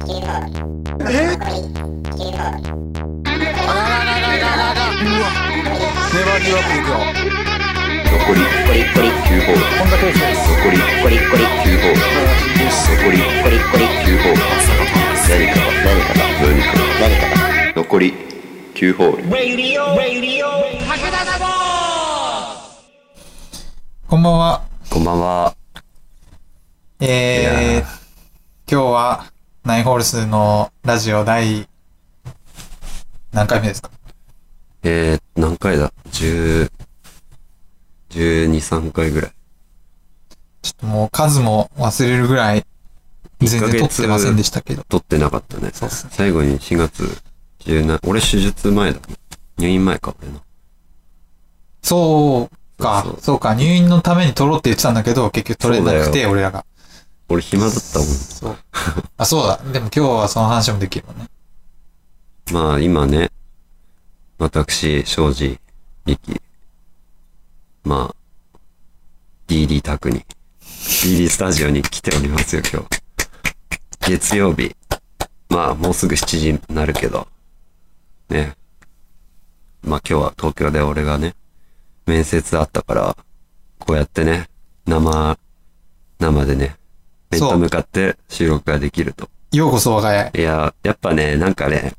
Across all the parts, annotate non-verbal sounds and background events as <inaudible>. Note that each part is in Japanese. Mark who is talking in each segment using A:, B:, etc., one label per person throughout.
A: え粘り
B: あららららららら
A: は続くよ
C: 残りコリコリ9ホール本田圭佑です残りコリコリ9ホール残りコリコリ9ホール何かが何かが何かが何かが残り9ホール
D: こんばんは。
C: こんばんはいや
D: えー、今日は、ナインホールスのラジオ第、何回目ですか
C: えー、何回だ10 12、3回ぐらい。
D: ちょっともう数も忘れるぐらい、全然撮ってませんでしたけど。
C: 撮ってなかったね。
D: そうっすね
C: 最後に4月17、俺手術前だ。入院前か、俺の。
D: そうか、
C: そ
D: そうう
C: そう
D: か、入院のために撮ろうって言ってたんだけど、結局撮れな
C: そ
D: く
C: うだ
D: て、俺らが。
C: 俺暇だったもん。 <laughs>
D: そう。あ、そうだ。でも今日はその話もできるもんね。
C: まあ今ね、私、庄司、力、まあ、DD 宅に、DD スタジオに来ておりますよ、今日。月曜日。まあ、もうすぐ7時になるけど、ね。まあ今日は東京で俺がね、面接あったから、こうやってね、生、生でね、面と向かって収録ができると。
D: ようこそ我が家へ。
C: いや、やっぱね、なんかね、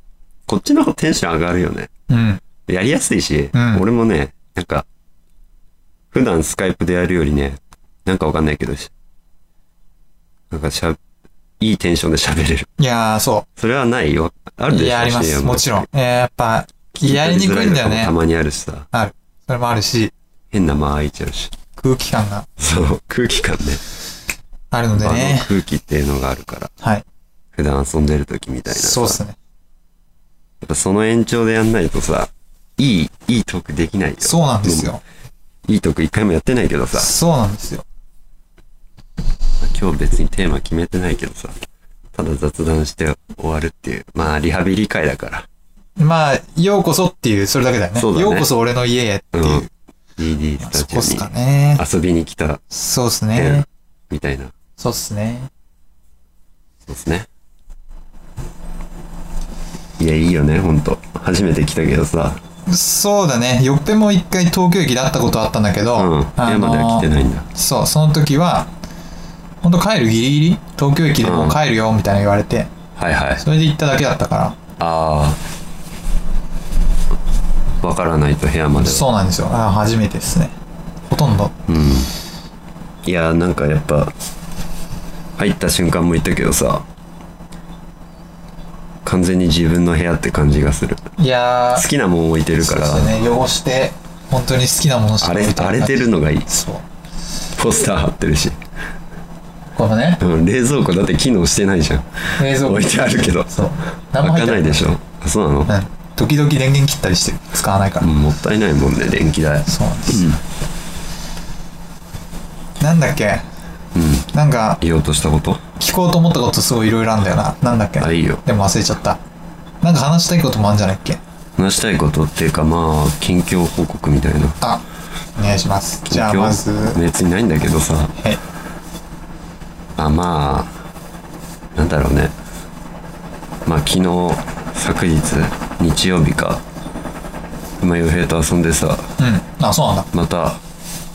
C: こっちの方テンション上がるよね。
D: うん。
C: やりやすいし、
D: うん
C: 俺もね、なんか、普段スカイプでやるよりね、なんかわかんないけどし、なんかしゃ、いいテンションで喋れる。
D: いやー、そ
C: それはないよ。ある
D: う。
C: でしょ
D: いや、ありま
C: 深夜
D: す。もちろん。えー、やっぱ、
C: 聞き
D: やりにくいんだよ
C: 取りづらとこも
D: ね
C: た。まにあるしさ、
D: ある。それもあるし、
C: 変な間空いちゃうし。
D: 空気感が
C: そう、空気感ね。
D: あるので
C: 場の
D: ね。
C: 空気っていうのがあるから、
D: はい。
C: 普段遊んでる時みたいなさ。
D: そうっすね。
C: やっぱその延長でやんないとさ、いい、いいトークできないよ。
D: そうなんですよ。
C: いいトーク一回もやってないけどさ、
D: そうなんですよ。
C: 今日別にテーマ決めてないけどさ、ただ雑談して終わるっていう、まあリハビリ会だか
D: まあ、ようこそっていう、それだけだよね。
C: そうだね
D: ようこそ俺の家へって
C: ら、
D: いう。
C: ん。DD
D: まあ
C: ス
D: そこっす
C: タ
D: か
C: ジ
D: ね。
C: オに遊びに来た、
D: そうっすね。
C: みたいな、
D: そうっすね。
C: そうですね。いや、いいよね、ほんと。初めて来たけどさ、
D: そうだね。よっぺも一回東京駅だったことあったんだけど、
C: うん。
D: あ
C: 山では来てないんだ。
D: そう、その時は、ほんと帰るギリギリ東京駅でもう帰るよ、みたいな言われて、
C: はいはい。
D: それで行っただけだったか
C: ああ。わからないと部屋までは。
D: ら、そうなんですよ。あー初めてですね。ほとんど。
C: いやーなんかやっぱ入った瞬間も言ったけどさ完全に自分の部屋って感じがする
D: いやー、
C: 好きなもん置いてるから、
D: そうですね。汚して、本当に好きなものし
C: 荒
D: か
C: れ
D: 置いな
C: 荒
D: い
C: れてるのがいい
D: そう。
C: ポスター貼ってるし、
D: このね、
C: うん、冷蔵庫だって機能してないじゃん
D: 冷蔵庫
C: 置い。てあるけど
D: そう。何
C: 開
D: も入
C: か
D: って
C: ないでしょあそうなの、
D: うん。時々電源切ったりしてる。使わないから。
C: うん、もったいないもんね電気代
D: そうなんですよ。なんだっけ
C: うん
D: なんか、
C: 言おうとしたこと
D: 聞こうと思ったことすごいいろいろあんだよな。なんだっけ
C: あいいよ
D: でも忘れちゃった。なんか話したいこともあるんじゃないっけ
C: 話したいことっていうかまあ近況報告みたいな
D: あ、お願いします。じゃあ
C: 近況
D: まず、は
C: 別にないんだけどさ
D: い。
C: あまあなんだろうねまあ昨日昨日日曜日か今洋平と遊んでさ
D: うん。あ、そうなんだ。
C: また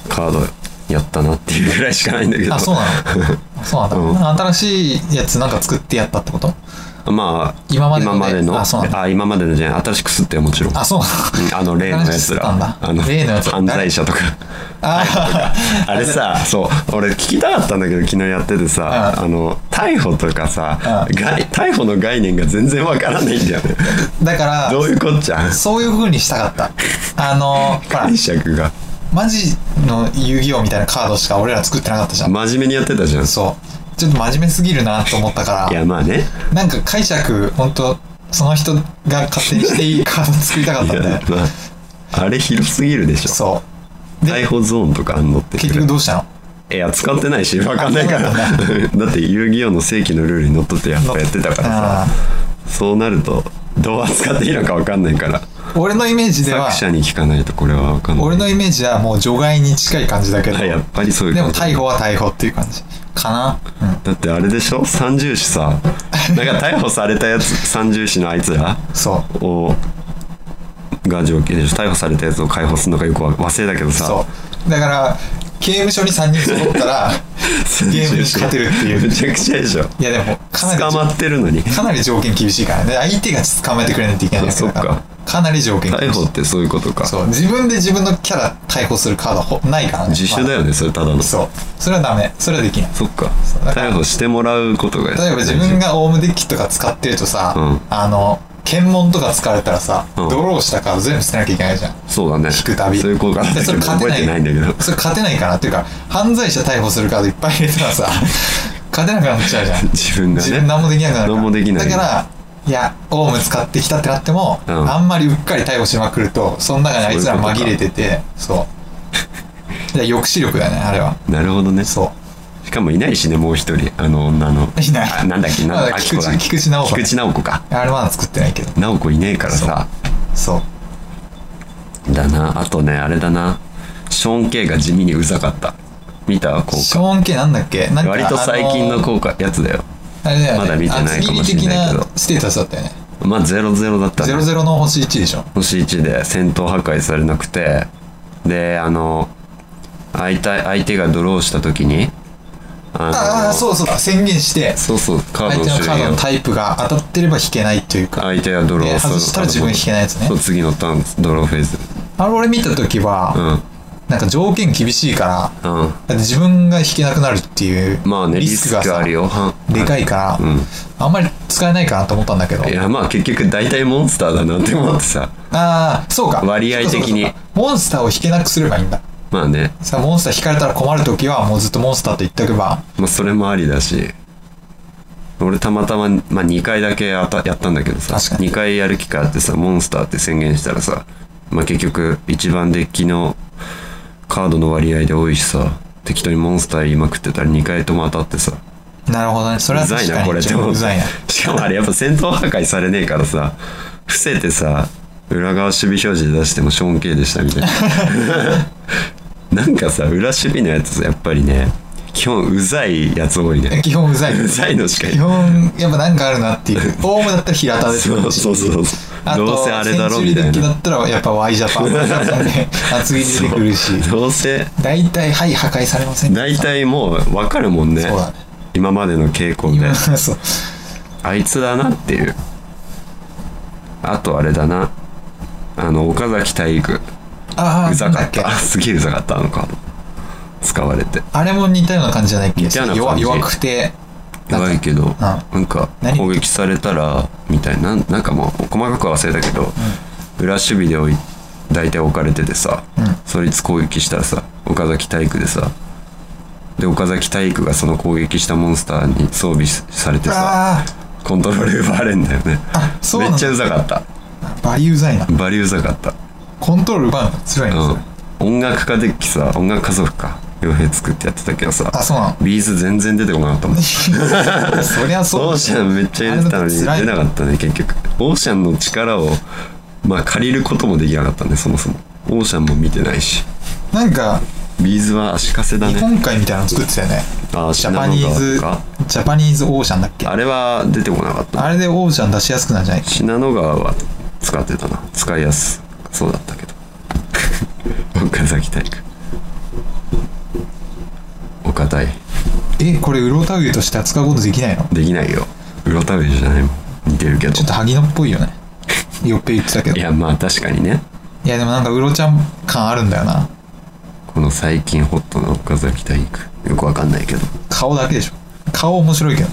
C: カードやったなっていうぐらいしかないんだけど
D: あ、そ
C: <laughs>
D: うなのそうなんだ。
C: うん
D: なんか新しいやつなんか作ってやったってこと
C: まあ
D: 今までのね
C: の
D: あそうなんだ
C: 今までのじゃない新しくすってよもちろん
D: あ、
C: あ
D: そうなの
C: の例のやつら
D: 新しく吸ったんだ
C: あの
D: 例のやつ
C: 犯罪者とか
D: あ
C: あれさ、そう、俺聞きたかったんだけど、昨日やっててさ、
D: う
C: あの、逮捕とかさ、
D: うん
C: 概逮捕の概念が全然わからないんだよね。
D: ーだから、
C: どういうこっちゃ
D: そういう風にしたかった。あの、ほら
C: 解、釈が。
D: マジの遊戯王みたいなカードしか俺ら作ってなかったじゃん。
C: 真面目にやってたじゃん。
D: そう。ちょっと真面目すぎるなと思ったか
C: い
D: ら、
C: や、まあね。
D: なんか解釈、ほんと、その人が勝手にしていいカード作りたかっ
C: い
D: たんだ
C: や
D: よ。、
C: まあ、あれ広すぎるでしょ。
D: そう。
C: 逮
D: で、
C: 捕ゾーンとかあんのって。
D: 結局どうしたの
C: いや、使ってないし、わかんないから。だ
D: あ
C: って、遊戯王の正規のルールにのっとってやっぱやってたからさ、
D: あ
C: そうなると、どう扱っていいのかわかんないから。
D: ー俺のイメージでは
C: 作、者に聞かないとこれはわかんない。
D: 俺のイメージはもう除外に近い感じだけど、
C: あやっぱりそういう
D: でも
C: 感じ
D: 逮捕は逮捕っていう感じかな。うん。
C: だってあれでしょ三重視さなんか逮捕されたやつ、三重市のあいつら
D: そ
C: を、が条件でしょ逮捕されたやつを解放するのかよくわ忘れたけど
D: う
C: さ。
D: そうだから刑務所に3人揃っ
C: <laughs>
D: たらゲームに勝てるっていう
C: めちゃくちゃでしょ。
D: いやでもかなり
C: 捕まってるのに。
D: かなり条件厳しいからね相手が捕まえてくれないといけないわけだから
C: あそっ
D: かなり条件
C: 逮
D: 厳し
C: 捕
D: い
C: ってそういうことか。
D: そう自分で自分のキャラ逮捕するカードほないからね
C: 自首だよね、それただの。
D: まあ
C: そ
D: そうそれはダメそれはできない
C: っか
D: そう。だから
C: 逮捕してもらうことが
D: 例えば自分がオウムデッキとか使ってるとさ、
C: うん
D: あの検問とか使われたらさ、
C: うん
D: ドローしたカード全部捨てなきゃいけないじゃん
C: そうだね。
D: 引くたび
C: そういう効果あった
D: で
C: け
D: それ
C: ど、
D: 勝て
C: 覚
D: ない
C: えてないんだけど。
D: それ勝てないかなっていうか犯罪者逮捕するカードいっぱい入れたら
C: <laughs>
D: さ勝てなくなっちゃうじゃん
C: 自分が
D: 自分
C: ね。
D: 何もできなくなるから
C: 何もできない
D: だからいやオウム使ってきたってなっても、
C: うん
D: あんまりうっかり逮捕しまくるとその中にあいつら紛れててそういや抑止力だねあれは
C: なるほどね。
D: そ
C: しかもいないしね、もう一人。あの女の。
D: ういない
C: あなんだっけ、なん
D: ま
C: だ
D: だ
C: あき
D: 菊
C: こだ
D: 池菊池直子
C: 菊池直子か。
D: あれまだ作ってないけど
C: 直子いねえからさ。
D: そう
C: だな。あとね、あれだな。ショーン・ケイが地味にうざかった。見た効
D: シ
C: 果。
D: ョーン系なんだっけなんか
C: 割と最近の
D: あ
C: 効果、やつだよ。
D: あれだよね
C: まだ見てないかもしれないけど
D: 厚切り的なステータスだったよね
C: まあ、0-0だったね。
D: 00の星1でしょ
C: 星1で戦闘破壊されなくてであの相手相手がドローした時にあ
D: ああ
C: う
D: そうそうだ宣言して
C: そうそうカード
D: 相手
C: の
D: のカー
C: 種類
D: ドの
C: を
D: タイプが当たってれば引けないというか
C: 相手がドロー
D: で外したら自分引けないやつね
C: そう次のターンドローフェーズ
D: あれ俺見た時
C: う
D: は、
C: ん
D: なんか条件厳しいからだ
C: うん
D: って自分が引けなくなるっていう
C: まあねリス
D: が
C: ク
D: さ
C: あるよはん
D: でかいから、
C: うん
D: あんまり使えないかなと思ったんだけど
C: いやまあ結局大体モンスターだなって思ってさ
D: ああそうか
C: 割合的に
D: そうかそうかモンスターを引けなくすればいいんだ
C: まあね、
D: さあモンスター引かれたら困る時はもうずっとモンスターと言っておけば
C: まあ、それもありだし俺たまたま、まあ、2回だけあたやったんだけどさ
D: 確かに
C: 2回やる機会あってさモンスターって宣言したらさ、まあ、結局一番デッキのカードの割合で多いしさ適当にモンスター言いまくってたら2回とも当たってさ
D: なるほどねそれは
C: うざ
D: 確
C: い
D: か
C: な
D: に
C: これって思
D: う
C: う
D: ざいな
C: しかもあれやっぱ戦闘破壊されねえからさ伏せてさ裏側守備表示で出してもショーン K でしたみたいな <laughs> なんかさ裏守備のやつやっぱりね基本うざいやつ多いね
D: 基本
C: <laughs>
D: うざいう
C: ざいのしか
D: 基本やっぱなんかあるなっていう
C: <laughs>
D: オウムだったら平田です
C: そうそうそう
D: あ
C: そう。
D: と
C: どうせあれだろみ
D: センチュリー
C: た
D: デッ
C: い
D: キだ
C: な。
D: ったらやっぱ Y ジャパ
C: <laughs>
D: ンで厚切り出てくるし
C: どうせ、
D: 大体はい破壊されません
C: 大体もうわかるもんね。
D: そうだね
C: 今までの傾向で
D: 今。 <laughs> そう
C: あいつだなっていう。あとあれだな。あの、岡崎体育。
D: ああ
C: うざかっ
D: なんだ
C: た。
D: っ
C: すげえうざかった、あのカード。使われて。
D: けあれも似たような感じじゃないっけ
C: 似たような感じ
D: 弱弱くてなんか
C: 弱いけど、なんか
D: 何
C: 攻撃されたら、みたいな。なんかもう、細かくは忘れたけど、裏守備で置い大体置かれててさ、そいつ攻撃したらさ、岡崎体育でさ、で、岡崎体育がその攻撃したモンスターに装備されてさ、
D: あ
C: コントロール奪われんだよね。
D: あそう
C: め
D: なんだ
C: っちゃうざかった。
D: あバリうざいな
C: バリうざかった。
D: コントロール奪うの辛いなそれ
C: うん。音楽家デッキさ、音楽家族か。傭兵作ってやってたけどさ、
D: あそうな
C: <laughs>
D: の
C: ビーズ全然出てこなかったもん。
D: そりゃそう
C: オーシャンめっちゃ入れてたのに出
D: あれだ
C: な
D: と辛
C: かっ
D: い
C: たね結局オーシャンの力をまあ借りることもできなかったねそもそもオーシャンも見てないし
D: なんか
C: ビーズは足かせだ
D: 日
C: ね
D: 本海みたいなの作ってたよね
C: あ
D: ジャパニーズ
C: 信濃川か
D: ジャパニーズオーシャンだっけ
C: あれは出てこなかった
D: あれでオーシャン出しやすくなるんじゃない
C: 信濃川は使ってたな使いやすそうだったけど <laughs> 岡崎体育岡大
D: えこれウロタウユとして扱うことできないの
C: できないようろたべじゃないもん似てるけど
D: ちょっと萩野っぽいよねよっぺ言ってたけど
C: い
D: いや
C: やまあ確かにね
D: でもなんかウロちゃん感あるんだよな
C: この最近ホットな岡崎体育よくわかんないけど
D: 顔だけでしょ顔面白いけど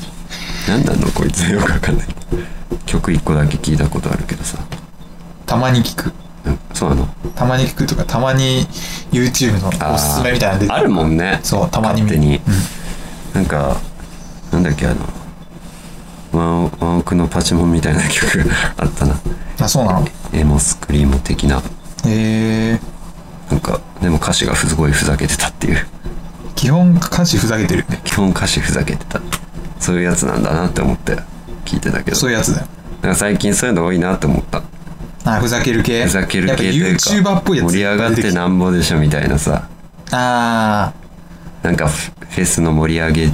C: 何なのこいつよくわかんない曲一個だけ聞いたことあるけどさ
D: たまに聞く
C: うんそうなの
D: たまに聞くとかたまに YouTube の
C: あー
D: おすすめみたいなの出て
C: あるもんね
D: そうたまに見
C: 勝
D: る
C: 手に、なんかなんだっけあのワンオワンオクのパチモンみたいな曲あったな
D: あそうなの
C: エモスクリーム的な
D: え
C: なんかでも歌詞がすごいふざけてたっていう
D: ー、基本歌詞ふざけてるよね
C: 基本歌詞ふざけてたそういうやつなんだなって思って聞いてたけど
D: そういうやつだよ
C: なんか最近そういうの多いなって思った
D: あふざける系
C: ふざける系と
D: や
C: いう
D: っ
C: か
D: ぱ YouTuber っぽいやつ
C: 盛り上がってなんぼでしょみたいなさ
D: あ
C: なんかフフェスの盛り上げ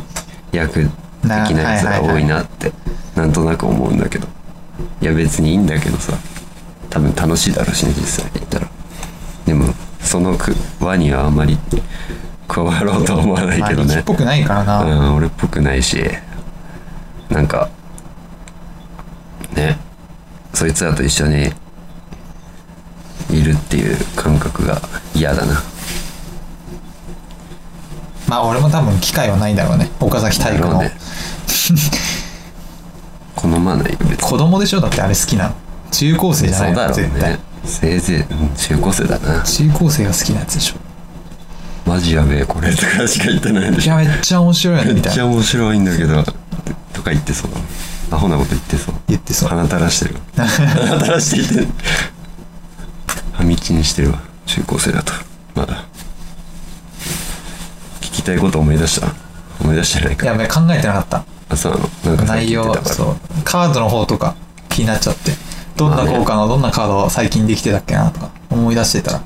C: 役的なやつが多いなってな,、なんとなく思うんだけどいや別にいいんだけどさ多分楽しいだろうしね実際行ったらでもそのく輪にはあまり加わろうとは思わない
D: まあ、
C: けど
D: 力
C: ね
D: っぽくないからな。
C: うん、俺っぽくないしなんかねそいつらと一緒にいるっていう感覚が嫌だな
D: まあ、俺も多分機会はないだろうね。岡崎体育
C: だろう
D: の。
C: ね好まないよ別に
D: 子供でしょだってあれ好きなの。中高生じゃな
C: そ
D: いう
C: だろう
D: 絶対
C: ね。せいぜいうん中高生だな
D: 中高生が好きなやつでしょ。
C: マジやべえこれとかしか言ってないで
D: い
C: しょ
D: や、めっちゃ面白いよね、
C: めっ
D: みたい
C: ち
D: な。
C: ゃ面白いんだけどとか言ってそうだなアホなこと言ってそう
D: 言ってそう。
C: 鼻垂らしてるわ鼻垂らしていてはみちにしてるわ中高生だとまだ聞きたいこと思い出した思い出してない
D: い
C: か
D: や、べ考えてなかった。
C: あそうなのなんかさ
D: 内容
C: 聞いてたから
D: そうカードの方とか気になっちゃってどんな効果のどんなカードを最近できてたっけなとか思い出してたら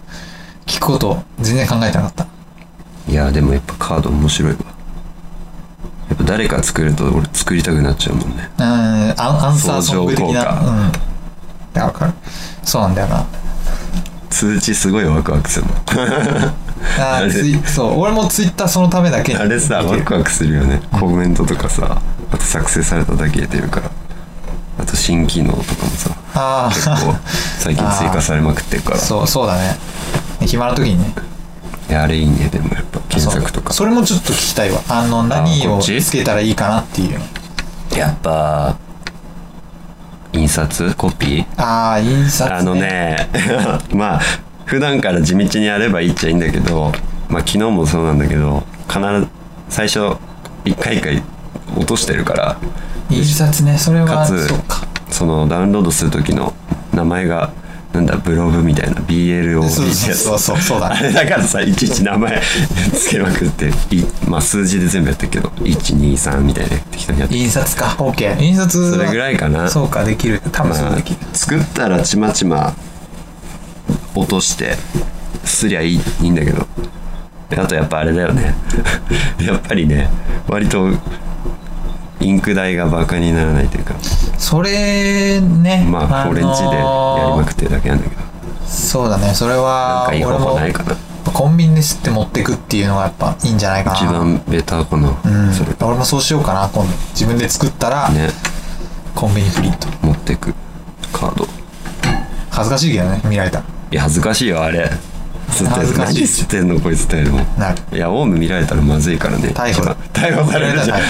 D: 聞くことを全然考えてなかった
C: いやでもやっぱカード面白いわやっぱ誰か作ると俺作りたくなっちゃうもんね
D: うーんアンアンサーソング的
C: 相乗効
D: なうんいやわかるそうなんだよな
C: 通知すごいワクワクするもん <laughs>
D: あー
C: れ
D: ツイそう俺もツイッターそのためだけに
C: あれさワクワクするよねコメントとかさあと作成されただけ出るからあと新機能とかもさ
D: あ
C: 結構
D: <laughs>
C: 最近追加されまくってるか
D: あ
C: ら
D: そうそうだね暇な時にね
C: いやあれいいねでもやっぱ検索とか
D: そうそれもちょっと聞きたいわあの何
C: こ
D: を
C: っち
D: つけたらいいかなっていうの
C: やっぱ印刷コピー
D: ああ印刷、
C: あのね <laughs> まあ普段から地道にやればいいっちゃいいんだけどまあ昨日もそうなんだけど必ず最初一回一回落としてるから
D: 印刷ねそれ
C: か
D: は
C: つ
D: そっか
C: そのダウンロードする時の名前がなんだブログみたいな BLOB
D: そう
C: ってやつ
D: そうそうそうだね
C: <laughs> あれだからさいちいち名前 <laughs> つけまくっていまあ数字で全部やってるけど123みたいな適当にやって
D: 印刷か OK 印刷は
C: それぐらいかな
D: そうかできる多分そう
C: ま
D: できる、
C: あ、作ったらちまちま落としてすりゃいいいいんだけどあとやっぱあれだよね <laughs> やっぱりね割とインク代がバカにならないというか
D: それね
C: まあ俺んちでやりまくってるだけなんだけど
D: そうだねそれ
C: なん
D: は
C: かいい方法ないかな
D: 俺もコンビニで吸って持ってくっていうのがやっぱいいんじゃないかな
C: 一番ベターこの、
D: うん
C: それ
D: 俺もそうしようかな今度自分で作ったら、
C: ね
D: コンビニプリント
C: 持ってくカード
D: 恥ずかしいけどね見られたら
C: いや恥ずかしいよあれ吸って
D: 恥ずかしい
C: 何吸ってんのこいつっても
D: なる
C: いやオウム見られたらまずいからね
D: 逮捕だ
C: 逮捕されるじゃん
D: 逮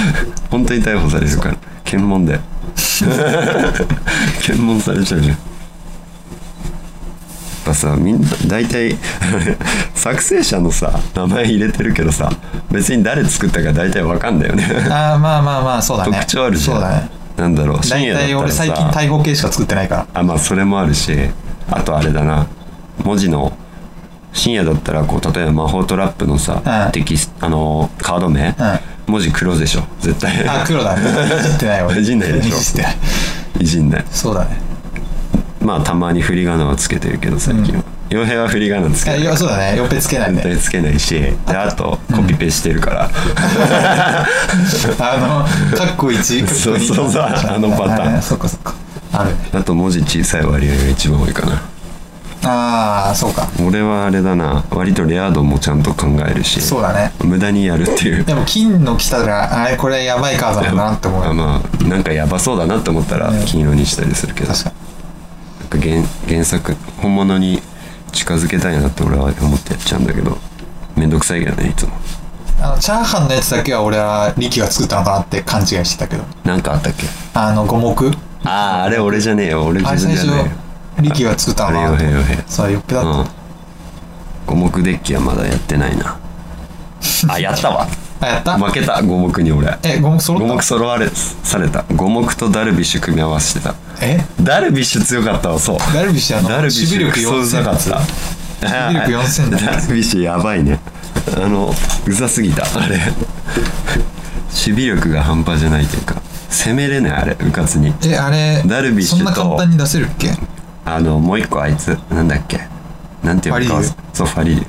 C: 本当に逮捕されるから検問
D: <laughs>
C: で検問されちゃうじゃんやっぱさみんな大体 <laughs> 作成者のさ名前入れてるけどさ別に誰作ったか大体わかんだよね
D: ああまあまあまあそうだね
C: 特徴あるじゃん
D: そうだね
C: なんだろう深
D: 大
C: 夜だった
D: 体
C: ら
D: 俺
C: さ
D: 最近逮捕系しか作ってないから
C: あまあそれもあるしあとあれだな文字の深夜だったらこう例えば魔法トラップのさ、
D: うん
C: テキスあのーカード名、文字黒でしょ絶対 <laughs>
D: あ黒だね <laughs> いじってない俺
C: いじんないでしょ
D: いじってない
C: いじんない
D: そうだね
C: まあたまに振り仮名はつけてるけど最近は傭兵、は振り仮名つ
D: い
C: け
D: や
C: ないい
D: やそうだねよっぺつけない
C: 絶
D: ね
C: 対つけないしであとコピペしてるから、
D: あの、カッコ
C: <laughs>
D: 1、
C: そうそうそうあのパターン
D: はいはいそっかそっか。あるね。
C: <laughs> あと文字小さい割合が一番多いかな
D: ああ、そうか。
C: 俺はあれだな割とレア度もちゃんと考えるし
D: そうだね。
C: 無駄にやるっていう
D: でも、金の来たら、あれ、これやばいカードだなって思う
C: あ
D: よ。
C: まあなんかやばそうだなって思ったら
D: うん
C: 金色にしたりするけど、
D: 確かに。
C: なんか原原作本物に近づけたいなって俺は思ってやっちゃうんだけどめんどくさいけどねいつも
D: あの、チャーハンのやつだけは俺は、力が作ったのかなって勘違いしてたけど。
C: なんかあったっけ
D: あの、五目
C: あああれ俺じゃねえよ俺
D: あれ、
C: 自
D: 最
C: 分じ
D: 初
C: ゃねえよ、
D: 力が作った
C: あ
D: の
C: れ
D: かな
C: よ
D: って
C: へ。よへ
D: そう、よっぺだ
C: うん
D: っ
C: 五目デッキはまだやってない
D: <laughs>
C: なあやったわ
D: た。あ、やった
C: 負けた五目に俺
D: え、五目
C: 五
D: 揃っ
C: 目揃われされた五目とダルビッシュ組み合わせてた
D: たえ
C: ダルビッシュ強かったわそう
D: ダルビッシュあの
C: ダルビッシュクソうざかった
D: 守備力4000だ
C: ダルビッシュやばいねあのうざすぎたあれ守備力が半端じゃないというか攻めれないあれうかつに
D: え、あれ、
C: ダルビッシュと
D: そんな簡単に出せるっけ
C: あのもう一個あいつなんだっけなんていうの
D: ファ
C: か
D: リー
C: そうファリー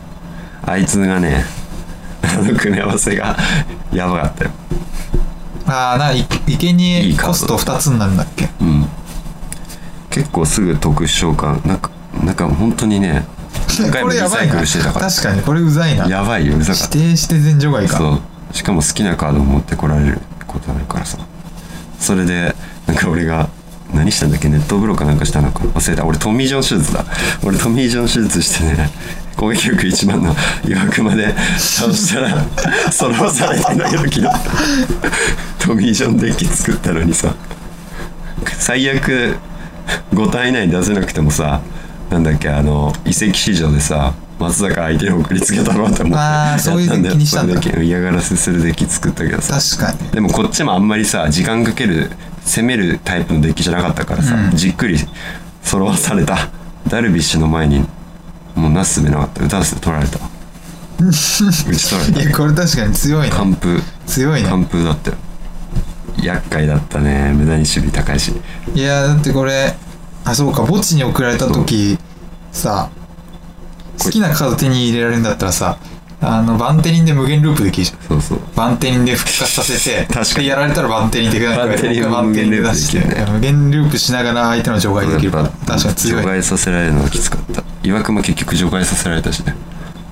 C: あいつがねあの組み合わせがやばかったよ
D: ああ、なんかい、いけ
C: いい
D: に
C: カード
D: コスト2つになるんだっけ
C: うん結構すぐ特殊召喚なんかなんか本当にね何回もリサイクルしてたから
D: 確かに、これうざいな。
C: やばいようざか
D: 指
C: った
D: 定して全除外か。
C: そうしかも好きなカードを持ってこられることあるからさそれでなんか俺が何したんだっけネットブローかなんかしたのか忘れた俺トミー・ジョン手術だ俺トミー・ジョン手術してね攻撃力1万の余白まで倒したらそれをされてないの昨日トミー・ジョンデッキ作ったのにさ最悪5体以内に出せなくてもさなんだっけあの移籍市場でさ松坂相手に送りつけたろうと思って
D: あーそういうデッキにしたんだ
C: やったよそういうデッキ嫌がらせするデッキ作ったけどさ
D: 確かに。
C: でもこっちもあんまりさ時間かける攻めるタイプのデッキじゃなかったからさ、
D: うん
C: じっくり揃わされたダルビッシュの前にもうなすすべなかった歌わせて取られ
D: <laughs>
C: た打ち取ら
D: い
C: れ
D: や、これ確かに強い
C: た
D: ね。
C: 完封
D: 強いね。
C: 完封だったよ厄介だったね無駄に守備高いし
D: いやだってこれあそうか墓地に送られた時さ好きなカード手に入れられるんだったらさあのバンテリンで無限ループできるじゃん
C: そうそう
D: バンテリンで復活させて
C: 確かに
D: でやられたらバンテリンで
C: バンテリン
D: バンテリンで出して
C: 無限ループできるね
D: 無限ループしながら相手の除外できるから確かに強
C: 除外
D: い
C: させられるのはきつかった岩隈も結局除外させられたしね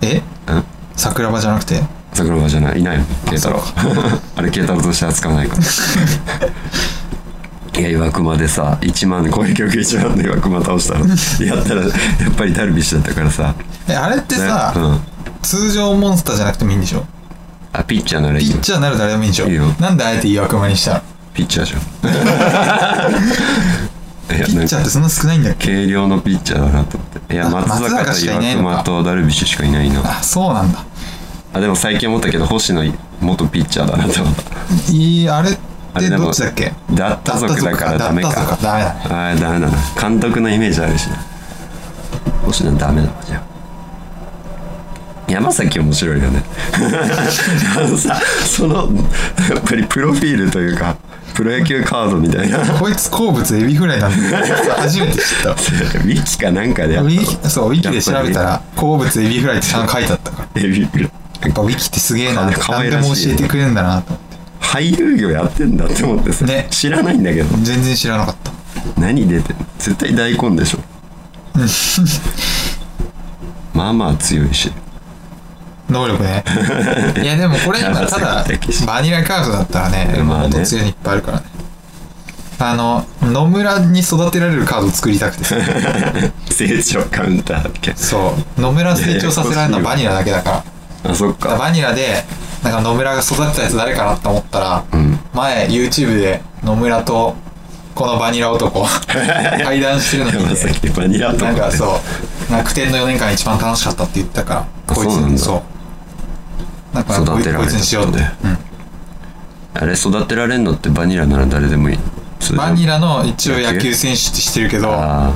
D: え
C: うん
D: 桜庭じゃなくて
C: 桜庭じゃないいないよ慶太郎
D: そ
C: あれ慶太郎として扱わ
D: <laughs>
C: ないからいや岩隈でさ1万攻撃力1万で岩隈倒した
D: <laughs>
C: のやったらやっぱりダルビッシュだったからさ
D: えあれってさ、
C: ねうん、
D: 通常モンスターじゃなくてもいいんでしょ
C: あピッチャーならいい
D: ピ
C: よ
D: ッチャーなら誰でもいいんでしょ
C: いいよ
D: なんであえて岩熊にしたの
C: ピッチャーじ
D: <laughs>
C: ゃんいや
D: ピッチャーってそんな少ないんだっけ
C: 軽量のピッチャーだなと思っていや
D: あ
C: 松
D: 松
C: 坂
D: 坂
C: と
D: しかいない
C: 岩
D: のか
C: 隈とダルビッシュしかいないな
D: あそうなんだ
C: あでも最近思ったけど星野元ピッチャーだなと思った
D: いいあれっ
C: あれ
D: て
C: でも
D: どっちだっけ
C: ダッタ族だからダメか
D: ダッタ族ダメだね
C: ああダメだな監督のイメージあるしな星野ダメだなじゃあ山崎面白いよねあのさそのやっぱりプロフィールというかプロ野球カードみたいなウ
D: こいつ好物エビフライなん
C: <laughs>
D: だけど初めて知った
C: ィキかなんかでや
D: ウ
C: っ
D: ィキそうウィキで調べたら好物エビフライってちゃんと書いてあったから
C: たエビフライ
D: やっぱウィキってすげえな
C: かわ
D: 何
C: い
D: で
C: らしい
D: も教えてくれるんだなと思って
C: 俳優業やってんだって思ってさ、
D: ね
C: 知らないんだけど
D: 全然知らなかった
C: 何出てんの絶対大根
D: <laughs>
C: でしょまあまあ強いし
D: 能
C: <laughs>
D: 力ねいやでもこれ今ただバニラカードだったらね
C: まあ
D: も
C: ね
D: っと強いのいっぱいあるからねあの野村に育てられるカード作りたくてさ
C: <laughs> 成長カウンターだっけ
D: そう野村成長させられるのはバニラだけだから
C: あそっ
D: だから
C: か
D: バニラでなんか野村が育てたやつ誰かなって思ったら、
C: ん
D: 前 YouTube で野村とこのバニラ
C: <laughs>
D: 男対談してるのに、
C: 山崎バニラと
D: なん
C: か
D: か
C: って
D: そう楽天の4年間一番楽しかったって言ったから
C: あ
D: こいつ
C: そうなん
D: に
C: だ
D: そうだからこ
C: 育
D: い
C: てられた
D: こいつにしようって、
C: ねあれ育てられんのってバニラなら誰でもいい
D: うん、バニ
C: ラ
D: ラの一応野球選手ってしてるけど
C: あ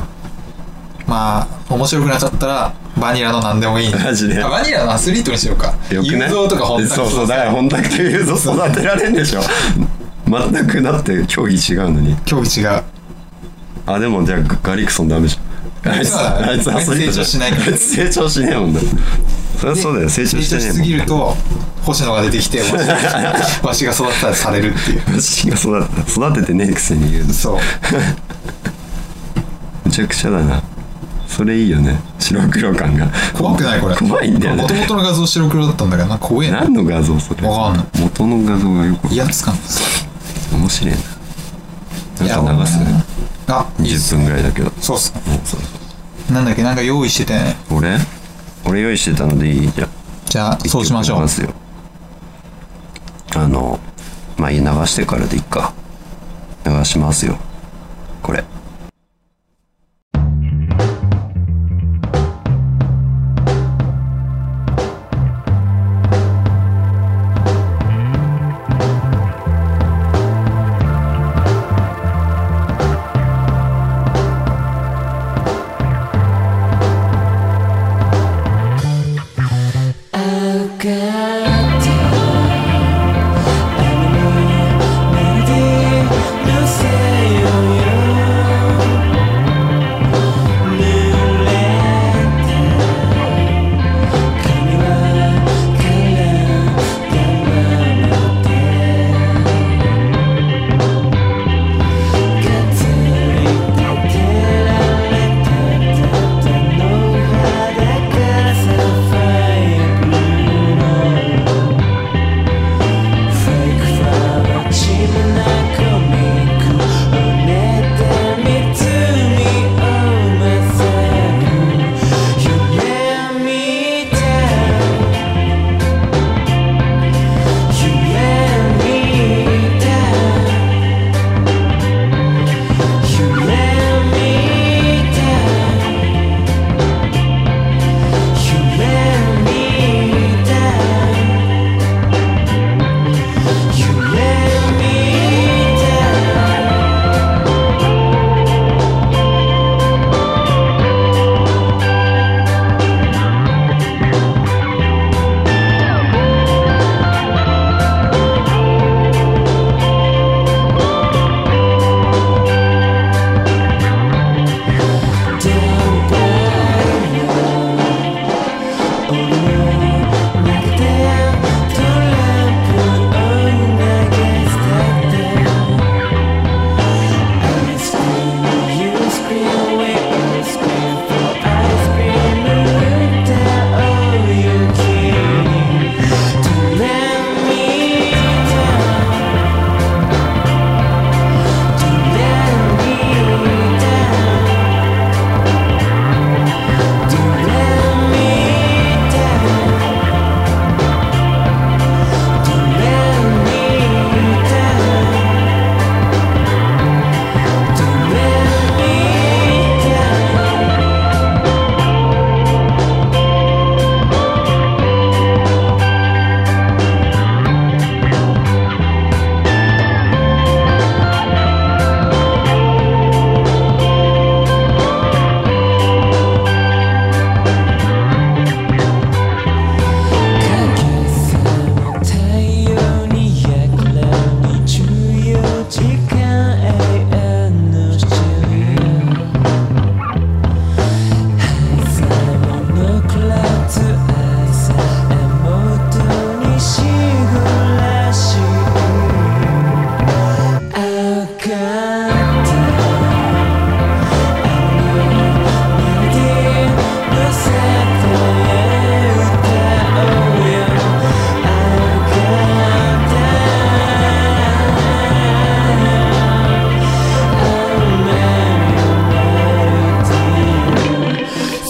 D: まあ面白くなっちゃったらバニラの何でもいい
C: マジで
D: あバニラのアスリートにしようか
C: あよくない
D: 雄三とか本田
C: そうそうだから本田って雄三育てられんでしょ全くだって競技違うのに
D: 競技違う
C: あでもじゃあガリクソンダメじゃんあいつあいつアスリートじゃん
D: 成長しないから
C: あいつ成長しねえもんだそりゃそうだよ成長してねえもん
D: すぎると星野が出て
C: <laughs>
D: きてわしわしが育てたらされるっていう
C: 私が育てた育ててねえくせに言うの
D: そう
C: むちゃくちゃだなそれいいよね白黒感が
D: 怖くないこれ
C: 怖いんだよね
D: もともとの画像白黒だったんだけどな怖えな
C: 何の画像それ
D: わかんない
C: 元の画像がよく
D: 威圧感
C: 面白いななんか流すね
D: あいいっす
C: 10分ぐらいだけど
D: そうっす
C: もうそう
D: なんだっけなんか用意しててね
C: 俺俺用意してたのでいいじゃん
D: じゃあそうしましょう
C: 一曲流すよあのまあ流してからでいいか流しますよこれ
E: Say, oh, yeah.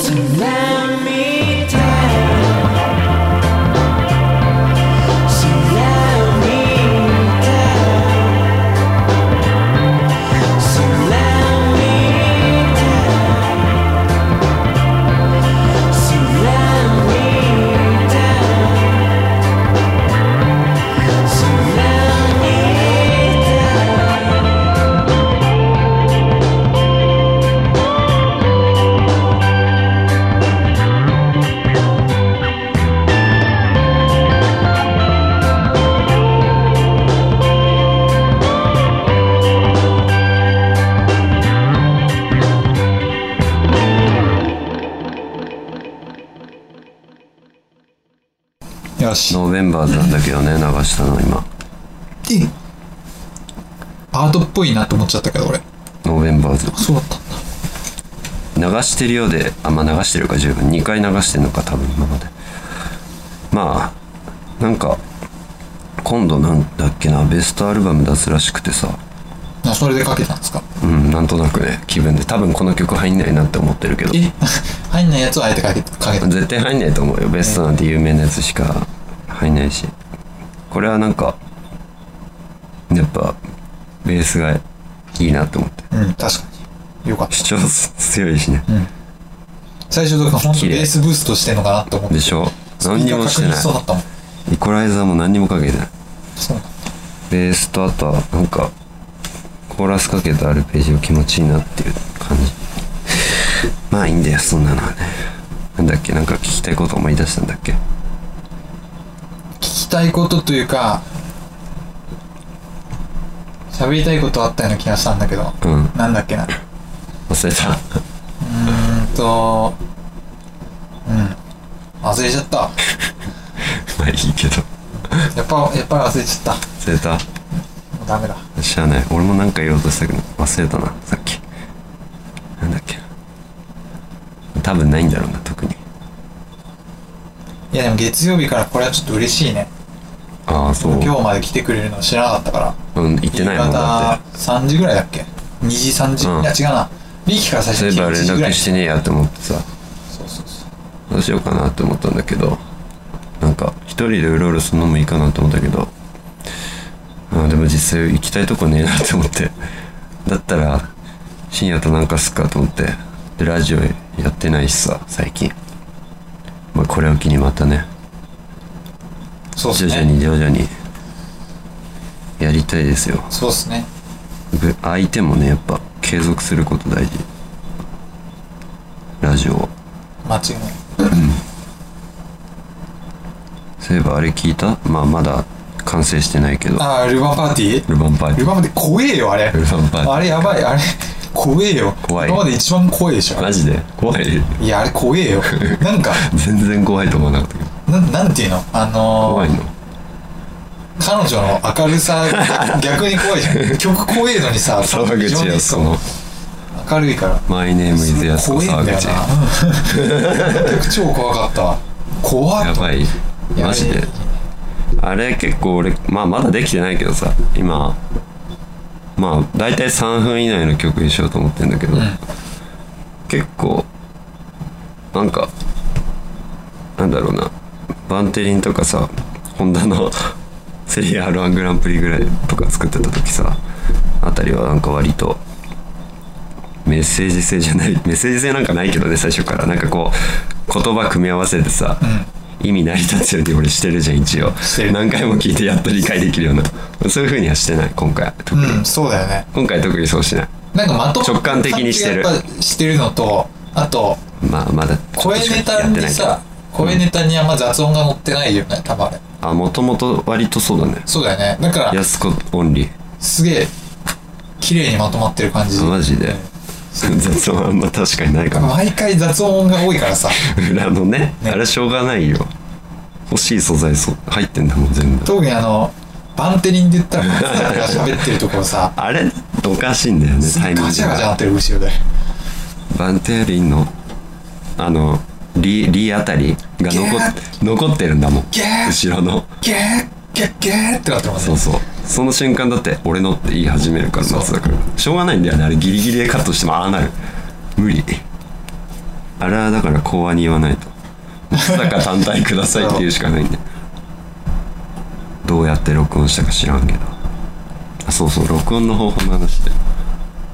E: So let me down. So let me down. So let me down. So let me down. So let me down.
D: よし。
C: ノーベンバーズなんだけどね、流したの今。
D: で、アートっぽいなと思っちゃったけど、俺。
C: ノーベンバーズ。
D: そうだったんだ。
C: 流してるようで、あ、まあ流してるか十分。2回流してんのか、多分今まで。まあ、なんか、今度なんだっけな、ベストアルバム出すらしくてさ、
D: あそれでかけたんですか
C: うん、なんとなくね、気分で、多分この曲入んないなって思ってるけど、
D: え <laughs> 入んないやつをあえてかけかけた。
C: 絶対入んないと思うよ。ベストなんて有名なやつしか入んないし。これはなんか、やっぱ、ベースがいいなって思って。
D: うん、確かに。よかった。
C: 主張強いしね。
D: 最初とか本当
C: 綺麗
D: ベースブーストしてんのかなと思って。
C: でしょ何にもして
D: スピーカー確認そうだ
C: な
D: ったもん。
C: い。イコライザーも何にもかけてない。
D: そうなんだ
C: ベースとあとはなんかコーラスかけたアルペジオ気持ちいいなっていう感じまあいいんだよそんなのはねなんだっけなんか聞きたいこと思い出したんだっけ
D: 聞きたいことというか、喋りたいことあったような気がしたんだけど、
C: うん
D: なんだっけな。
C: 忘れた
D: うんと、うん。忘れちゃった。
C: <laughs> まあいいけど
D: やっぱ、やっぱり忘れちゃった。
C: 忘れた
D: もうダメだ。
C: 知らない俺もなんか言おうとしたけど忘れたなさっきなんだっけ多分ないんだろうな特に
D: いやでも月曜日からこれはちょっと嬉しいね。
C: ああそう
D: 今日まで来てくれるの知らなかったから。
C: うん行ってないもんだっ
D: 夕方3時ぐらいだっけ ?2 時3時、
C: うん
D: いや違うな。リキから最
C: てそう
D: 初
C: いえば
D: 9時ぐら
C: 連絡
D: い。
C: してねえやって思ってさ
D: そうそうそう。
C: どうしようかなって思ったんだけどなんか一人でうろうろするのもいいかなと思ったけどあでも実際行きたいとこねえなって思ってだったら深夜となんかすっかと思ってでラジオやってないしさ最近まあこれを機にまたね
D: そうっす
C: 徐々
D: ね。
C: に徐々にやりたいですよ
D: そうっすね。
C: ぶ相手もねやっぱ継続すること大事ラジオを
D: 間違いない。
C: そういえばあれ聞いたまあまだ完成してないけど
D: あー、ルバンパーティー
C: ルバンパイ
D: ルバンパーティー怖えよ、あれ。
C: ルバンパイ
D: あれやばい、あれ。怖えよ。
C: 怖い
D: 今まで一番怖いでしょ。
C: マジで怖い
D: いや、あれ怖えよ。な
C: <laughs>
D: んか、
C: 全然怖いと思わなかったけど
D: ななんていうのあの
C: 怖
D: ー
C: いの
D: 彼女の明る
C: <laughs>
D: さ、逆に怖いじゃん。曲怖えのにさ、
C: 沢
D: 非常
C: 口
D: に
C: やその
D: 明るいから。
C: 「マイネームイズやすこ
D: 怖え
C: 沢
D: んだよ
C: 口」
D: な。曲超怖かったわ。怖っ
C: やばいマジであれ結構俺まあまだできてないけどさ今まあ大体3分以内の曲にしようと思ってんだけど、結構なんかなんだろうなバンテリンとかさホンダの <laughs> セリア R1 グランプリぐらいとか作ってた時さあたりはなんか割とメッセージ性じゃない <laughs> メッセージ性なんかないけどね最初からなんかこう言葉組み合わせてさ、意味成り立つように俺してるじゃん一応
D: してる
C: 何回も聞いてやっと理解できるようなそういう風にはしてない今回特に、
D: うん、そうだよね。
C: 今回特にそうしない
D: なんかまと
C: 直感的にしてる
D: やっぱしてるのと、あと、
C: まあまだ
D: 声ネタにさ、声ネタにあんま雑音が乗ってないよね、多分あれ。
C: あもともと割とそうだね
D: そうだよね。だから、
C: 安子オンリー
D: すげえ、綺麗にまとまってる感じ。
C: あマジで <laughs>
D: うん
C: 雑音あんま確かにないかも
D: 毎回雑音が多いか
C: <laughs>
D: らさ、
C: 裏のね
D: ね
C: あれしょうがないよ欲しい素材そ入ってんだもん全部
D: 特にあの、バンテリンで言ったら、松坂が喋ってるところさ、
C: あれとおかしいんだよねタイミン
D: ガチャガチャな
C: グ
D: ってる後ろで
C: バンテーリンのあのリリあたりが残っ残ってるんだもん
D: ギャー
C: 後ろの
D: ゲーゲーゲーってなってます
C: そう
D: ね
C: そうその瞬間だって俺のって言い始めるから
D: そう
C: 松田君しょうがないんだよねあれギリギリでカットしてもああなる無理あれはだから講和に言わないと松坂単体くださいって言うしかないんでどうやって録音したか知らんけどあそうそう録音の方法の話で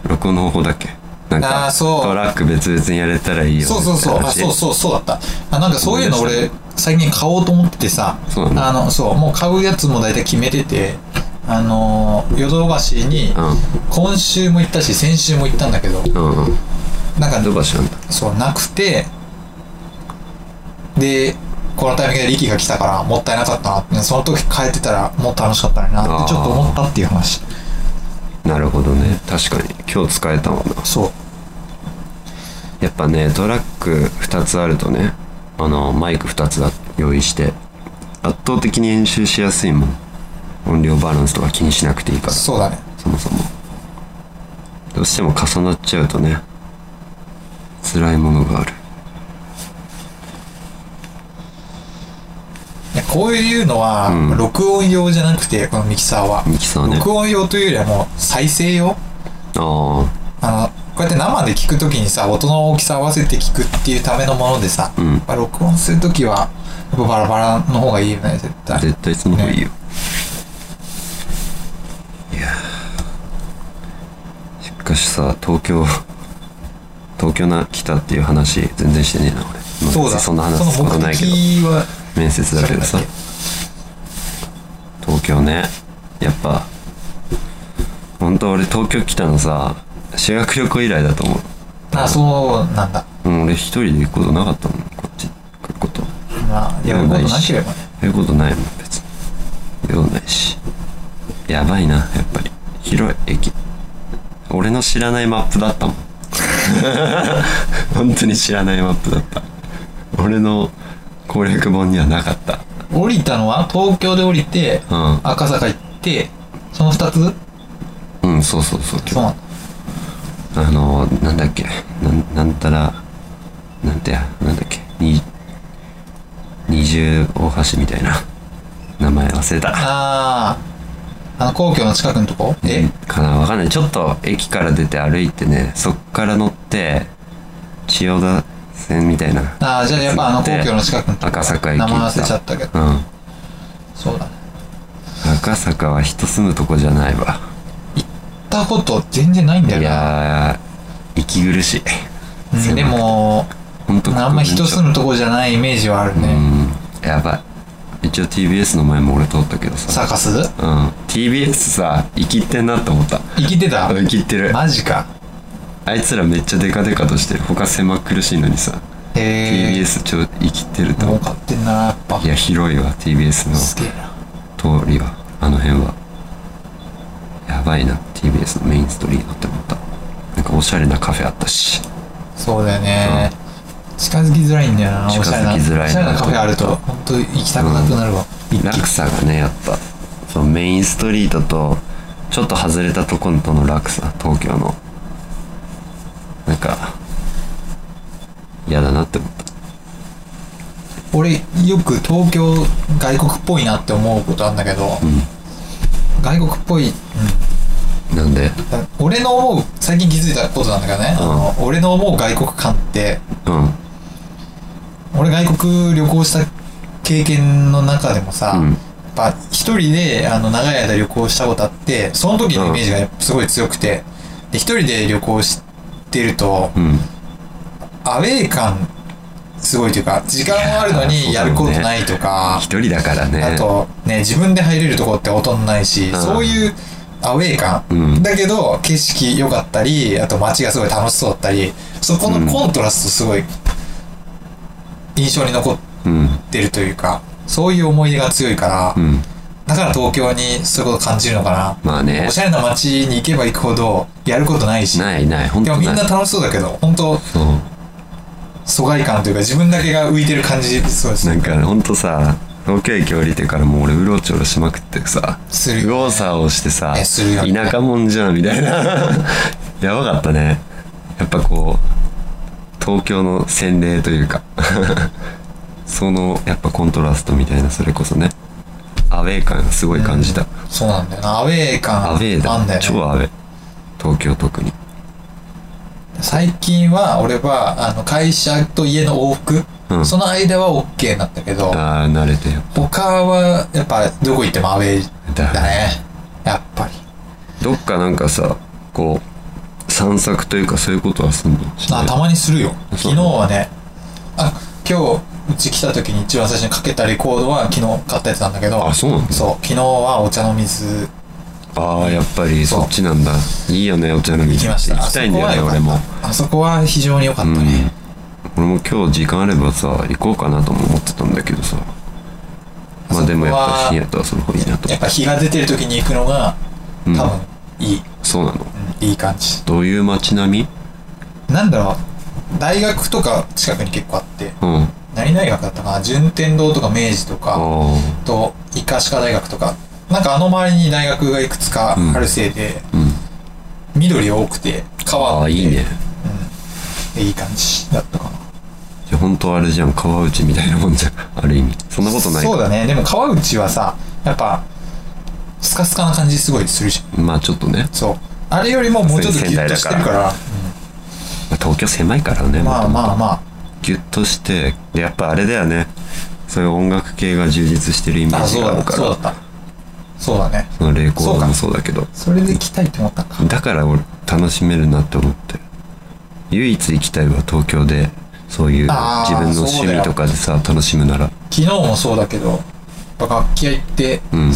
C: 録音の方法だっけなん
D: あ
C: か
D: ーそう
C: トラック別々にやれたらいいよ
D: そうそうそう
C: みたいな
D: あ
C: 話
D: そうそうそうだったあなんかそういうの
C: 思い出
D: 俺最近買おうと思っててさ
C: そうなんだ
D: あのそうもう買うやつも大体決めててあのーヨドバシに
C: う
D: 今週も行ったし先週も行ったんだけど
C: うんうん
D: なんか
C: どうかしらんだ
D: そうなくてでこのタイミングでリキが来たからもったいなかったなってその時変えてたらもっと楽しかったのになってちょっと思ったっていう話
C: なるほどね確かに今日使えたもんな
D: そう
C: やっぱねトラック2つあるとねあのマイク2つだ用意して圧倒的に編集しやすいもん音量バランスとか気にしなくていいからそ
D: そうだね
C: もそもどうしても重なっちゃうとね辛いものがある
D: いやこういうのは、
C: うん
D: 録音用じゃなくてこのミキサーは
C: ミキサーね
D: 録音用というよりはもう再生用
C: あ
D: あのこうやって生で聞くときにさ音の大きさ合わせて聞くっていうためのものでさ、
C: うん
D: やっぱ録音するときはやっぱバラバラの方がいいよね絶
C: あ
D: 対
C: 絶対その方がいいよ、いやーしかしさ東京東京な来たっていう話全然してねえな俺まあ
D: そうだ
C: そんな話す
D: そ
C: こ
D: の
C: と
D: 目
C: ないけど
D: 的は
C: 面接だけどさ
D: そうだ
C: 東京ねやっぱ本当俺東京来たのさ修学旅行以来だと思う
D: あそうなんだ
C: うん俺一人で行くことなかったもんこっち来ること
D: まあやることなければね
C: やることないもん別に用ないしやばいなやっぱり広い駅俺の知らないマップだったもん <laughs> 本当に知らないマップだった俺の攻略本にはなかった
D: 降りたのは東京で降りて
C: うん
D: 赤坂行ってその2つ
C: うん、そうそうそう。
D: そうなんだ
C: あの、なんだっけ、なん、なんたら、なんてや、なんだっけ、に、二重大橋みたいな、名前忘れた。
D: あああの皇居の近くのとこえ、
C: かなわかんない。ちょっと駅から出て歩いてね、そっから乗って、千代田線みたいな。
D: ああじゃあやっぱあの皇居の近くのとこ
C: 赤坂駅
D: 名前忘れちゃったけど
C: うん。
D: そうだね
C: 赤坂は人住むとこじゃないわ。
D: 行ったこと全然ないんだ
C: い
D: よな
C: やー、息苦しい。
D: うんでも
C: ほんとここ
D: あんま人
C: めちゃ
D: 住むとこじゃないイメージはあるね
C: うんやばい一応 TBS の前も俺通ったけどさ
D: サーカス
C: うん TBS さ生きってんなって思った
D: 生きてた
C: 生きってる
D: マジか
C: あいつらめっちゃデカデカとしてる他狭苦しいのにさ、
D: へえ
C: TBS ちょ生きってると思
D: 儲
C: う
D: かってんなやっぱ
C: いや広いわ TBS の
D: すげえな
C: 通りはあの辺はやばいな TBS のメインストリートって思ったなんかおしゃれなカフェあったし
D: そうだよね近づきづらいんだよな
C: 近
D: お
C: づ
D: し
C: き
D: ゃれなおし
C: づらいな
D: ゃれなカフェあると本当行きたくなくなるわ
C: 落差がねやっぱそのメインストリートとちょっと外れたとことの落差東京のなんか嫌だなって思った
D: 俺よく東京外国っぽいなって思うことあるんだけど、外国っぽい、
C: なんで
D: だ俺の思う最近気づいたことなんだけどね、あの俺の思う外国感って
C: うん
D: 俺外国旅行した経験の中でもさ、
C: うん
D: やっぱ一人であの長い間旅行したことあってその時のイメージがやっぱすごい強くてで一人で旅行してると
C: うん
D: アウェー感すごいというか時間はあるの
C: い
D: に
C: や
D: や
C: ー
D: る
C: そ
D: こ
C: うだよね
D: とないとか、
C: 一人だからね
D: あとね自分で入れるとこってほとんどないし、
C: ん
D: そういうアウェー感、
C: うん
D: だけど景色良かったりあと街がすごい楽しそうだったりそこのコントラストすごい印象に残っ
C: うん
D: てるというかそういう思い出が強いから、
C: うん
D: だから東京にそういうこと感じるのかな、
C: まあね
D: おしゃれな街に行けば行くほどやることないし
C: ないない本
D: で
C: 当
D: もみん
C: ない
D: な楽しそうだけど本当
C: そう
D: 疎外感というか自分だけが浮いてる感じそうです
C: なん
D: ね
C: かほんとさ東京駅降りてからもう俺うろちょろしまくってさ
D: する
C: 右往左往してさ
D: えするよね
C: 田舎者じゃんみたい
D: <laughs>
C: なやばかったねやっぱこう東京の洗礼というか <laughs> そのやっぱコントラストみたいなそれこそねアウェー感すごい感じた、
D: そうなんだよなアウェー感
C: アウェー
D: あんだ
C: だ
D: よ、ね、
C: 超アウェー東京特に
D: 最近は俺はあの会社と家の往復、
C: うん
D: その間は OK なんだけど
C: ああ慣れてよ
D: 他はやっぱどこ行ってもアウェーだ
C: だ
D: ねやっぱり
C: どっかなんかさこう散策というかそういうことはすんの
D: あたまにするよ
C: そ
D: 昨
C: う
D: 日はねあ今日うち来た時に一番最初にかけたレコードは昨日買ったやつなんだけど
C: あそうなんだ
D: そう昨日はお茶の水
C: ああやっぱり
D: そう
C: そっちなんだいいよねお茶飲み
D: 行きました
C: 行きたいんだよね俺も
D: あそこは非常に良かったね、
C: 俺も今日時間あればさ行こうかなとも思ってたんだけどさまあでもやっ
D: そこは
C: ぱ深夜とはその方がいいなと
D: やっぱ日が出てる時に行くのが多
C: うん
D: 分いい、
C: そうなの
D: うんいい感じ
C: どういう街並み
D: なんだろう大学とか近くに結構あって
C: うんあ
D: 何大学だったかな順天堂とか明治と
C: あ
D: か
C: ー
D: あと医科歯科大学とかなんかあの周りに大学がいくつかあるせいで、
C: うん
D: 緑多くて川
C: あ
D: あっ
C: あ
D: て
C: いいね
D: いい感じだったかな
C: じゃあ本当あれじゃん川内みたいなもんじゃんある意味そんなことない
D: そうだねでも川内はさやっぱスカスカな感じすごいするじゃん
C: まあちょっとね
D: そうあれよりももうちょっとギュッとしてるから
C: まあ東京狭いからね
D: ま
C: 元
D: あ
C: 々
D: まあまあ
C: ギュッとしてでやっぱあれだよねそういう音楽系が充実してるイメー
D: あ
C: ジ
D: そう
C: がある
D: だ
C: から
D: そうだったそうだね
C: そのレコードも
D: そ
C: そうだけど
D: それで来たいと思ったのか
C: だから俺楽しめるなって思って唯一行きたいは東京でそういう
D: あー
C: 自分の
D: そう
C: 趣
D: だよ
C: 味とかでさ楽しむなら
D: 昨日もそうだけどやっぱ楽器屋行って
C: うん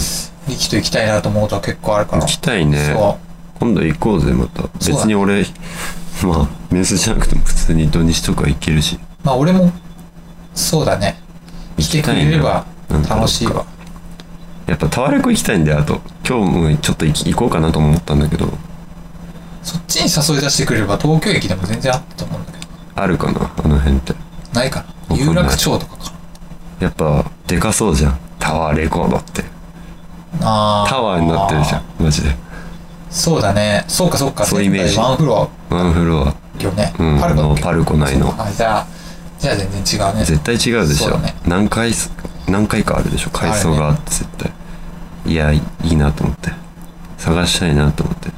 D: 力と行きたいなと思うことは結構あるから
C: 行きたいね
D: そ
C: 今度行こうぜまた
D: そうだね
C: 別に俺まあ面接じゃなくても普通に土日とか行けるし
D: うまあ俺もそうだね来てくれれば
C: 行きたいな
D: 楽しいわ
C: やっぱタワレコ行きたいんだよあと今日もちょっと行き行こうかなとも思ったんだけど
D: そっちに誘い出してくれれば東京駅でも全然あったと思うんだけど
C: あるかなあの辺って
D: ないか
C: か
D: なん
C: ない
D: 有楽町とかか
C: やっぱでかそうじゃんタワーレコードって
D: あー
C: タワーになってるじゃんマジで
D: そうだねそうかそうか
C: そういうイメージ
D: ワンフロ
C: ワンフロ
D: アよね、
C: アうん
D: パ
C: あ
D: ルコだ
C: の
D: っけ
C: パルコ内の
D: あじゃあじゃあ全然違うね
C: 絶対違うでし
D: そう
C: ょ、
D: だね
C: 何回す何回かあるでしょ階層があって絶対、いやいいいなと思って探したいなと思って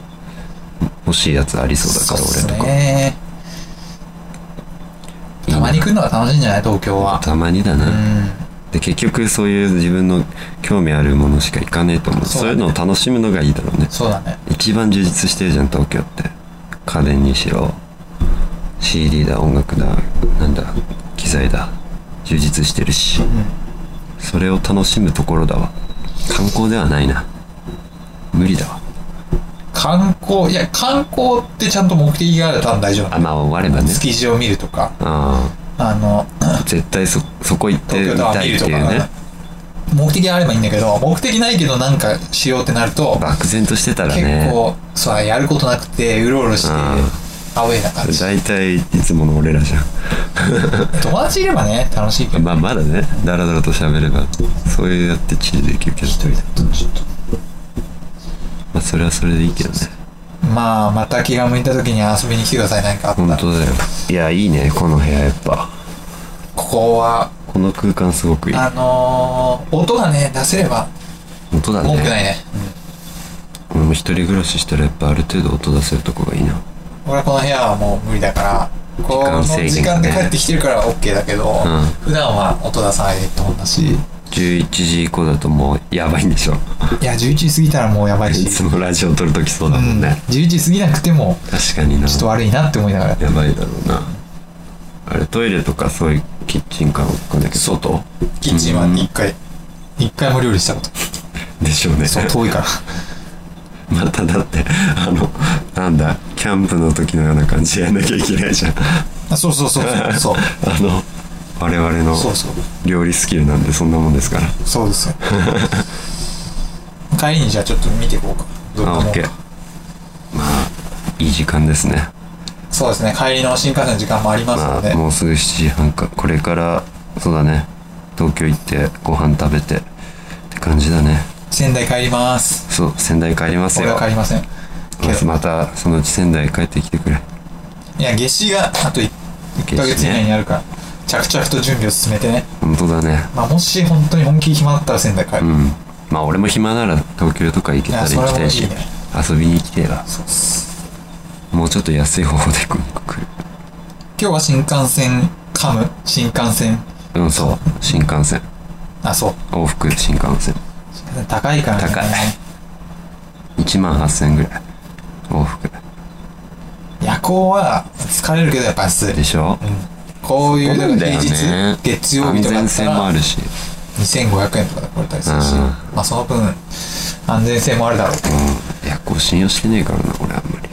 C: 欲しいやつありそうだから
D: そうっす
C: 俺とか
D: ね
C: いい
D: た
C: な
D: まに来るのは楽しいんじゃない東京は
C: たまにだ
D: う
C: な、
D: ん
C: で結局そういう自分の興味あるものしか行かねえと思う
D: そう
C: そう,、
D: だ
C: い
D: ね
C: うのを楽しむのがいいだろうね
D: そうだね
C: 一番充実してるじゃん東京って家電にしろ CD だ音楽だなんだ機材だ充実してるし、それを楽しむところだわ観光ではないな無理だわ
D: 観光いや観光ってちゃんと目的があると多分大丈夫
C: あまあ終わればね
D: 築地を見るとか
C: あ
D: あの
C: あ絶対そそこ行って
D: 東京
C: み
D: タワー
C: た
D: 見
C: い
D: る
C: っ
D: と
C: て
D: か、
C: いうね
D: 目的あればいいんだけど目的ないけどなんかしようってなると
C: 漠然としてたら
D: 結
C: ね
D: 構そうやることなくてうろうろして
C: うん
D: アウェイな感じ
C: 大体いつもの俺らじゃん
D: 友達いればね楽しいけど
C: まあまだねダラダラと喋ればそうやってチルできるけど
D: 一、人だとちょっと
C: まあ、それはそれでいいけどね
D: まあまた気が向いた時に遊びに来てくださいなんかあった
C: 本
D: ら
C: 当だよいやいいねこの部屋やっぱ
D: ここは
C: この空間すごくいい
D: あのー、音がね出せれば
C: 音だ
D: 文句な
C: ね
D: いね
C: 俺も一人暮らししたらやっぱある程度音出せるとこがいいな
D: 俺はこの部屋はもう無理だからこの
C: 時間制
D: 時
C: 限が
D: 間
C: ね
D: で帰ってきてるから OK だけど、
C: ん
D: 普段は音出さないでって思ったしい
C: 11時以降だともうやばいんで
D: <laughs>
C: しょ
D: や11時過ぎたらもうやばい
C: い
D: し
C: つもラジオ撮るときそうだ
D: う
C: もん
D: ん、
C: ね、
D: 11時過ぎなくても
C: 確かにな
D: ちょっと悪いなって思いながら
C: やばいだろうなあれトイレとかそういうキッチンカー置くんだけど外
D: キッチンは一回一回も料理したこと
C: でしょうね
D: そう遠いから
C: まただってあのなんだキャンプの時のような感じやんなきゃいけないじゃんあ <laughs>
D: あそうそうそうそうそう
C: の我々の
D: そうそう
C: 料理スキルなんてそんなもんですから
D: そうですよ帰りにじゃあちょっと見ていこうかどっ
C: あ
D: か
C: オ
D: も
C: ッケーまあいい時間ですね
D: そうですね帰りの新幹線の時間もありますの
C: ま
D: で、
C: あもうすぐ7時半かこれからそうだね東京行って、ご飯食べて、って感じだね。
D: 仙台帰ります
C: そう、仙台帰ります
D: 俺
C: よ
D: は。帰りませんけど
C: また、そのうち仙台帰ってきてくれ。
D: いや夏至があと 1, ヶ月以内にあるから、着々と準備を進めてね、
C: 本当だね。
D: まあ、もし本当に本気に暇だったら仙台帰る、
C: うん。まあ、俺も暇なら東京とか行けたら
D: いや
C: 行きたい
D: そ
C: し、
D: れもいいね
C: 遊びに行きてえな。
D: そうっす
C: もうちょっと安い方法で来る。
D: 今日は新幹線カム新幹線
C: うん、そう。新幹線。
D: あそう
C: 往復新幹線。
D: 新幹線高いからね
C: 高い1万8000円ぐらい。往復。
D: 夜行は疲れるけどやっぱ安い
C: でしょ
D: こういう
C: そうな
D: だか
C: んだよ
D: ら
C: ね
D: 平日月曜
C: 安
D: 日とかだ
C: 全
D: った
C: 性もあ
D: ら
C: るし。
D: 2500円とかで来れたりするし
C: うん
D: まあその分安全性もあるだろうと
C: うん。いや、こう信用してねえからな、俺あんまり。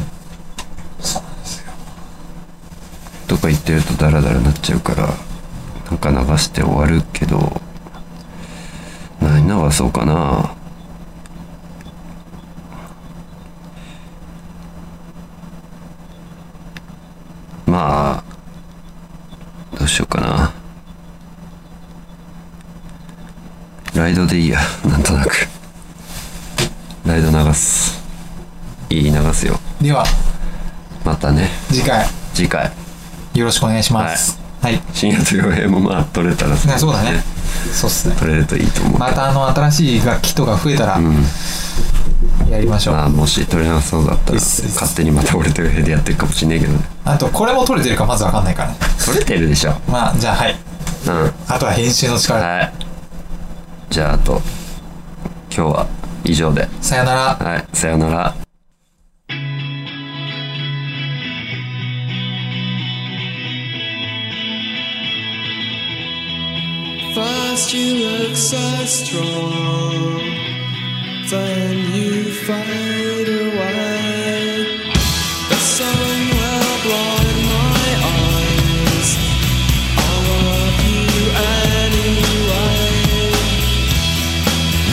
D: そうなんですよ
C: とか言ってるとダラダラなっちゃうから、なんか流して終わるけど、何流そうかな。まあ、どうしようかな。ライドでいいや、 <laughs> なんとなく。ライド流す。いい流すよ。
D: では
C: またね、
D: 次回
C: 次回。
D: よろしくお願いしますはい
C: 深夜と傭兵もまあ取れたら
D: ねそうだねそうっすね
C: 取れるといいと思う
D: またあの新しい楽器とか増えたらやりましょう
C: まあもし取れなそうだった
D: う
C: ら
D: っすうっす
C: 勝手にまた俺と傭兵でやってるかもしんないけどね
D: あとこれも取れてるかまずわかんないからね
C: 取れてるでしょ
D: まあじゃあはい
C: うんは
D: あとは編集の力
C: いじゃああと今日は以上で
D: さよなら
C: はいさよなら
E: First you look so strong, then you fade away. The sun will blind my eyes. I love you anyway.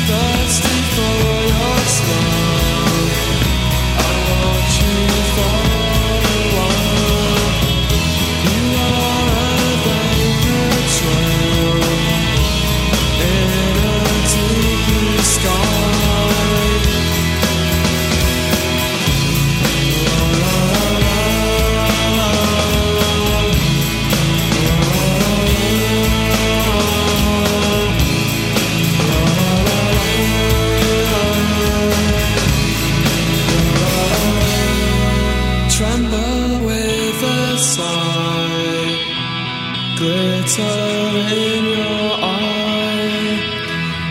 E: Thirsty for your smile, I watch you fall away. You are a vapor trail in a tiki sky. tremble with a sigh, glitter in your eye.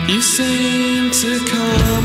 E: You seem to come